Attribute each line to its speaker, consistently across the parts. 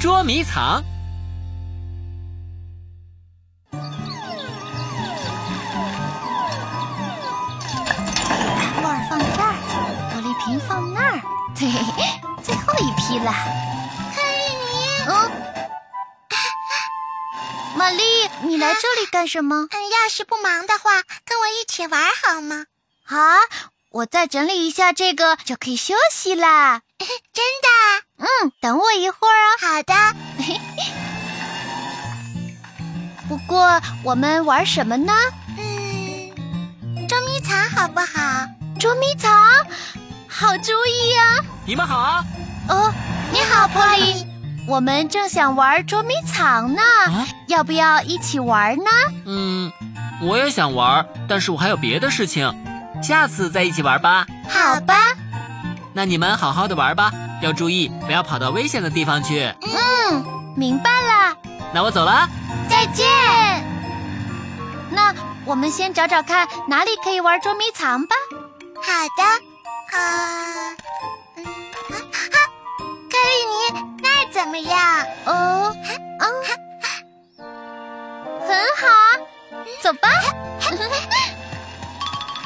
Speaker 1: 捉迷藏。
Speaker 2: 木耳放这儿，玻璃瓶放那儿， 嘿嘿嘿，最后一批了。
Speaker 3: 丽，
Speaker 2: 嗯，玛丽，你来这里干什么？
Speaker 3: 嗯，要是不忙的话，跟我一起玩好吗？
Speaker 2: 啊，我再整理一下这个就可以休息啦。
Speaker 3: 真的？啊
Speaker 2: 嗯，等我一会儿啊。
Speaker 3: 好的。
Speaker 2: 不过我们玩什么呢？
Speaker 3: 嗯，捉迷藏好不好？
Speaker 2: 捉迷藏，好主意啊！
Speaker 1: 你们好
Speaker 2: 哦，你好，波利。我们正想玩捉迷藏呢，
Speaker 1: 啊，
Speaker 2: 要不要一起玩呢？
Speaker 1: 嗯，我也想玩，但是我还有别的事情，下次再一起玩吧。
Speaker 2: 好吧，
Speaker 1: 那你们好好的玩吧，要注意不要跑到危险的地方去。
Speaker 2: 明白了，
Speaker 1: 那我走了。
Speaker 2: 再见。那我们先找找看哪里可以玩捉迷藏吧。
Speaker 3: 好的。啊，嗯，啊啊，克里尼，那儿怎么样？
Speaker 2: 哦，啊，很好啊，走 吧。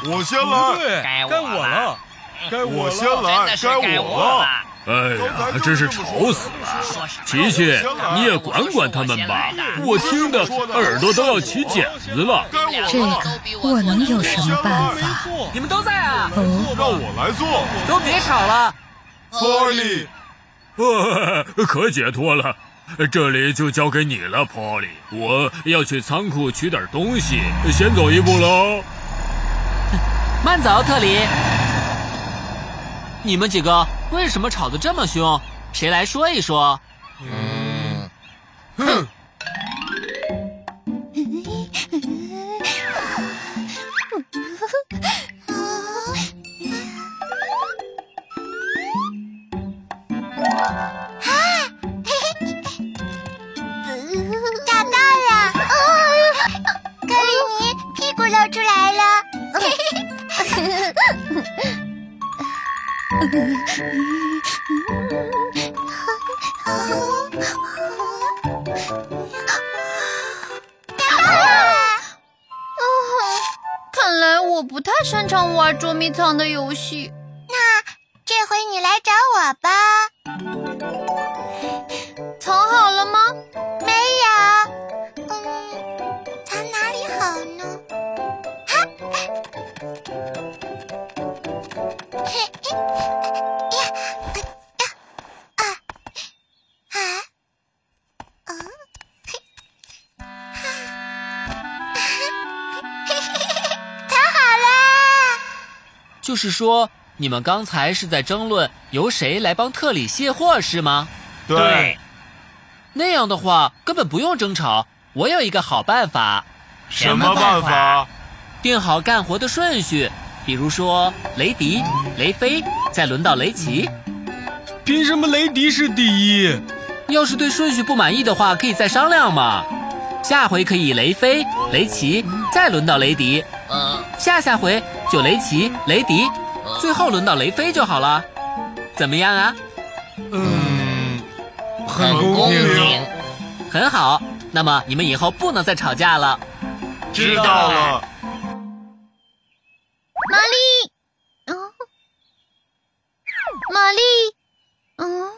Speaker 4: 我先
Speaker 5: 不
Speaker 4: 来，
Speaker 5: 对，
Speaker 6: 该我
Speaker 5: 我了，该
Speaker 4: 我先
Speaker 6: 真
Speaker 5: 了。
Speaker 4: 来
Speaker 6: 的，是
Speaker 4: 该
Speaker 6: 该
Speaker 4: 我
Speaker 6: 我
Speaker 4: 了。
Speaker 6: 了。
Speaker 5: 哎
Speaker 4: 刚才
Speaker 5: 呀，
Speaker 4: 就
Speaker 5: 真是
Speaker 4: 这么
Speaker 5: 吵
Speaker 4: 说
Speaker 5: 死
Speaker 4: 的
Speaker 5: 了！
Speaker 6: 说什么
Speaker 5: 琪琪
Speaker 4: 我先，来
Speaker 5: 你也管管他们吧
Speaker 6: 我，
Speaker 5: 我听得耳朵都要起茧子了。
Speaker 4: 该我
Speaker 7: 这
Speaker 4: 了，
Speaker 7: 个我 能有什么办法？
Speaker 1: 你们都在啊，
Speaker 4: 让我来做。
Speaker 1: 都别吵了。
Speaker 4: 波利，哦
Speaker 5: 呃， 可解脱了，这里就交给你了，Polly。我要去仓库取点东西，先走一步喽。
Speaker 1: 慢走，特里。你们几个为什么吵得这么凶？谁来说一说？
Speaker 3: 找到了！克里尼屁股露出来了。
Speaker 2: 看来我不太擅长玩捉迷藏的游戏。
Speaker 3: 这回你来找我吧。
Speaker 2: 藏好了吗？
Speaker 3: 没有，嗯，藏哪里好呢？哈，嘿嘿呀啊啊啊啊！嘿哈嘿嘿嘿藏好啦！
Speaker 1: 就是说，你们刚才是在争论由谁来帮特里卸货是吗？
Speaker 6: 对，
Speaker 1: 那样的话根本不用争吵，我有一个好办法，
Speaker 4: 什么办法？
Speaker 1: 定好干活的顺序，比如说雷迪、雷飞，再轮到雷奇。
Speaker 5: 凭什么雷迪是第一？
Speaker 1: 要是对顺序不满意的话，可以再商量嘛。下回可以雷飞、雷奇，再轮到雷迪，
Speaker 6: 嗯，
Speaker 1: 下下回就雷奇、雷迪，最后轮到雷飞就好了。怎么样啊？
Speaker 5: 嗯，
Speaker 6: 很
Speaker 4: 公平
Speaker 6: 平。
Speaker 1: 很好，那么你们以后不能再吵架了。
Speaker 4: 知道了。
Speaker 2: 玛丽，嗯，玛丽，嗯，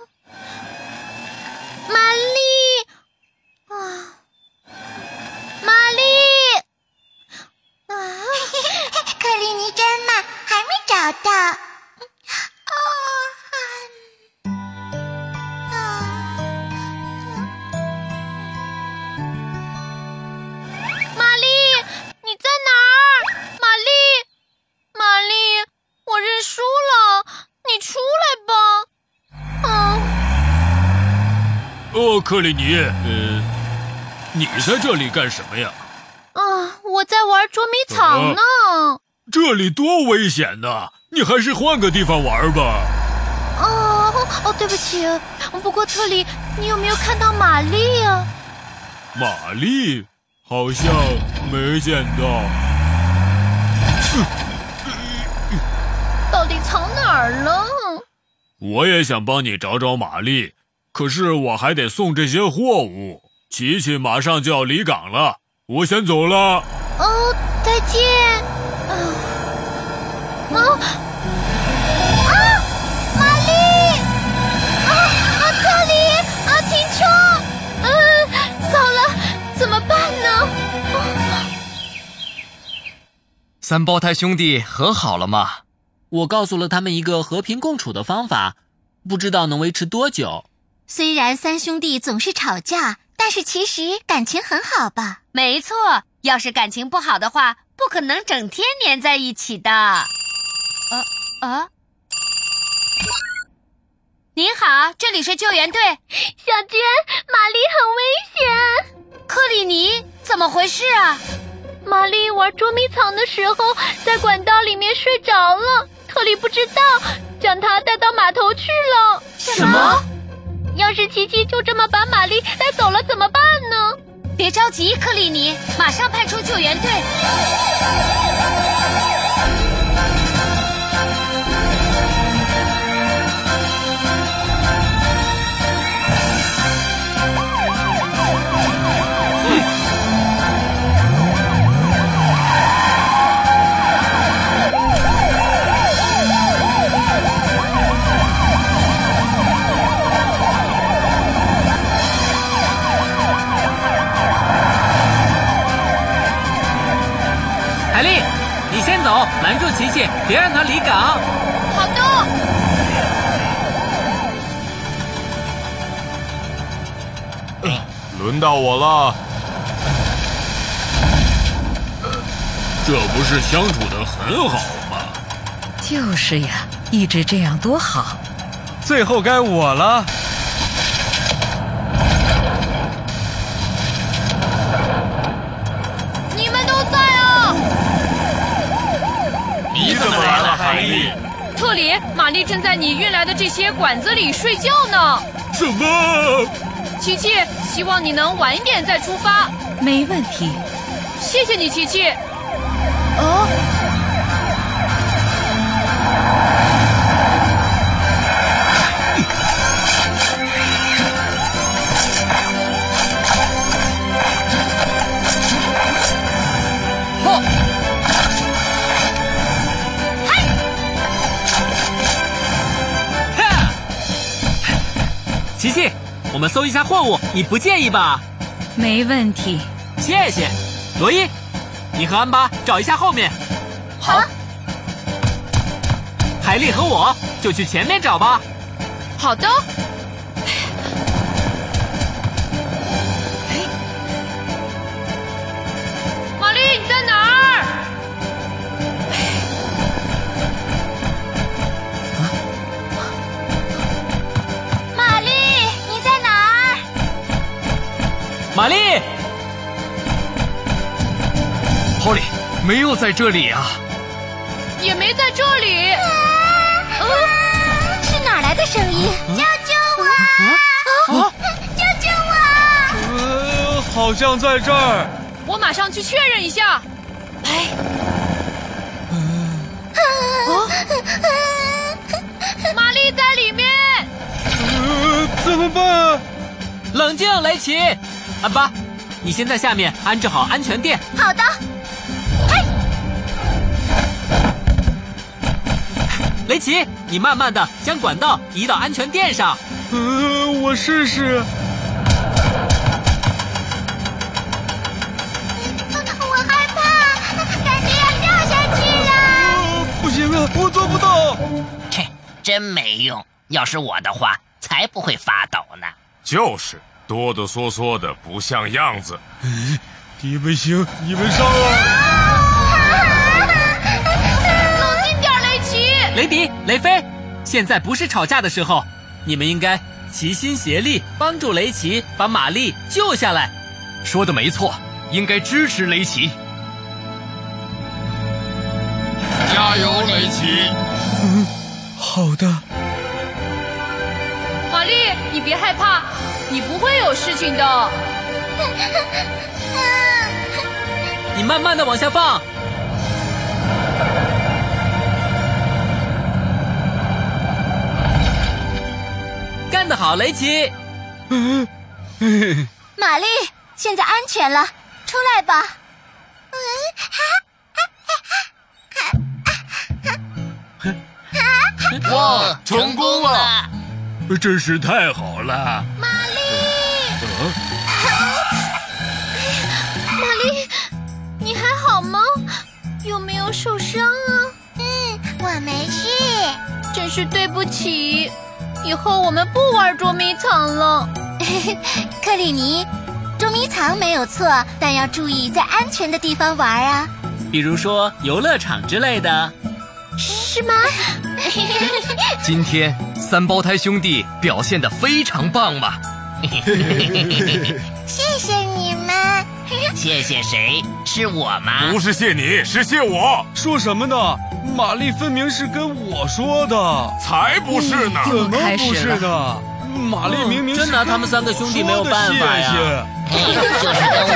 Speaker 2: 玛丽，啊，玛丽，啊，
Speaker 3: 克里尼真慢，还没找到。哦，嗯啊，
Speaker 2: 玛丽，你在哪儿？玛丽，玛丽，我认输了，你出来吧。嗯，
Speaker 5: 哦，克里尼，呃，你在这里干什么呀？
Speaker 2: 啊，我在玩捉迷藏呢。
Speaker 5: 这里多危险呐、你还是换个地方玩吧。
Speaker 2: 哦哦，对不起。不过特里，你有没有看到玛丽啊呀、
Speaker 5: 玛丽好像没见到。
Speaker 2: 到底藏哪儿了？
Speaker 5: 我也想帮你找找玛丽，可是我还得送这些货物。琪琪马上就要离港了，我先走了。
Speaker 2: 哦，再见。啊啊啊！玛丽！啊啊，特里！啊，停车！嗯、糟了，怎么办呢？
Speaker 6: 三胞胎兄弟和好了吗？
Speaker 1: 我告诉了他们一个和平共处的方法，不知道能维持多久。
Speaker 3: 虽然三兄弟总是吵架，但是其实感情很好吧？
Speaker 8: 没错，要是感情不好的话，不可能整天黏在一起的。呃呃，您好，这里是救援队。
Speaker 2: 小娟，玛丽很危险。
Speaker 8: 克里尼，怎么回事啊？
Speaker 2: 玛丽玩捉迷藏的时候，在管道里面睡着了，特里不知道，将她带到码头去了。
Speaker 8: 什么？
Speaker 2: 要是琪琪就这么把玛丽带走了，怎么办呢？
Speaker 8: 别着急，克里尼，马上派出救援队。
Speaker 1: 海丽，你先走，拦住琪琪，别让她离港。
Speaker 2: 好的，
Speaker 4: 轮到我了，
Speaker 5: 这不是相处的很好吗？
Speaker 7: 就是呀，一直这样多好。
Speaker 6: 最后该我了。
Speaker 2: 你们都在啊！
Speaker 4: 你怎么来了，海丽？
Speaker 9: 特里，玛丽正在你运来的这些管子里睡觉呢。
Speaker 5: 什么？
Speaker 9: 琪琪，希望你能晚一点再出发。
Speaker 7: 没问题，
Speaker 9: 谢谢你，琪琪。
Speaker 1: 哈琪琪，我们搜一下货物，你不介意吧？
Speaker 7: 没问题。
Speaker 1: 谢谢。罗伊，你和安巴找一下后面。
Speaker 3: 好。
Speaker 1: 海丽和我就去前面找吧。
Speaker 9: 好的，玛丽，你在哪儿？
Speaker 3: 玛丽，你在哪儿？
Speaker 1: 玛丽，
Speaker 6: Polly 没有在这里啊！
Speaker 9: 也没在这里。
Speaker 3: 呃是哪儿来的声音？啊救救我！救救我！
Speaker 6: 呃，好像在这儿。
Speaker 9: 我马上去确认一下。哎，玛丽在里面。
Speaker 6: 呃，怎么办？
Speaker 1: 冷静，雷奇。安巴，你先在下面安置好安全垫。
Speaker 3: 好的，
Speaker 1: 雷奇，你慢慢的将管道移到安全垫上。
Speaker 6: 呃，我试试。
Speaker 3: 我害怕，感觉要掉下去啊 了。
Speaker 6: 呃，不行啊，我做不到。
Speaker 10: 切，真没用。要是我的话，才不会发抖呢。
Speaker 4: 就是哆哆嗦嗦的，不像样子。
Speaker 6: 你们行，你们上啊！
Speaker 9: 冷静点，雷奇。
Speaker 1: 雷迪、雷飞，现在不是吵架的时候，你们应该齐心协力帮助雷奇把玛丽救下来。
Speaker 6: 说的没错，应该支持雷奇。
Speaker 4: 加油，雷奇！
Speaker 6: 好的。
Speaker 9: 玛丽，你别害怕，你不会有事情的。
Speaker 1: 你慢慢的往下放。干得好，好，雷奇。
Speaker 2: 玛丽，现在安全了，出来吧。
Speaker 10: 哇，成功了！
Speaker 5: 真是太好了！
Speaker 2: 玛丽，玛丽，你还好吗？有没有受伤啊？
Speaker 3: 嗯，我没事。
Speaker 9: 真是对不起，以后我们不玩捉迷藏了。
Speaker 2: 克里尼，捉迷藏没有错，但要注意在安全的地方玩啊，
Speaker 1: 比如说游乐场之类的。
Speaker 2: 是 吗？
Speaker 6: 今天三胞胎兄弟表现得非常棒嘛！
Speaker 3: 谢谢你们。
Speaker 10: 谢谢谁？是我吗？
Speaker 4: 不是谢你，是谢我，
Speaker 11: 说什么呢？玛丽分明是跟我说的，
Speaker 4: 才不是呢！
Speaker 7: 又
Speaker 11: 怎么
Speaker 7: 开
Speaker 11: 不
Speaker 7: 始
Speaker 11: 是
Speaker 7: 了
Speaker 11: 的？玛丽明明是
Speaker 1: 真拿他们三个兄弟没有办法呀
Speaker 11: 说的谢谢
Speaker 10: 就是跟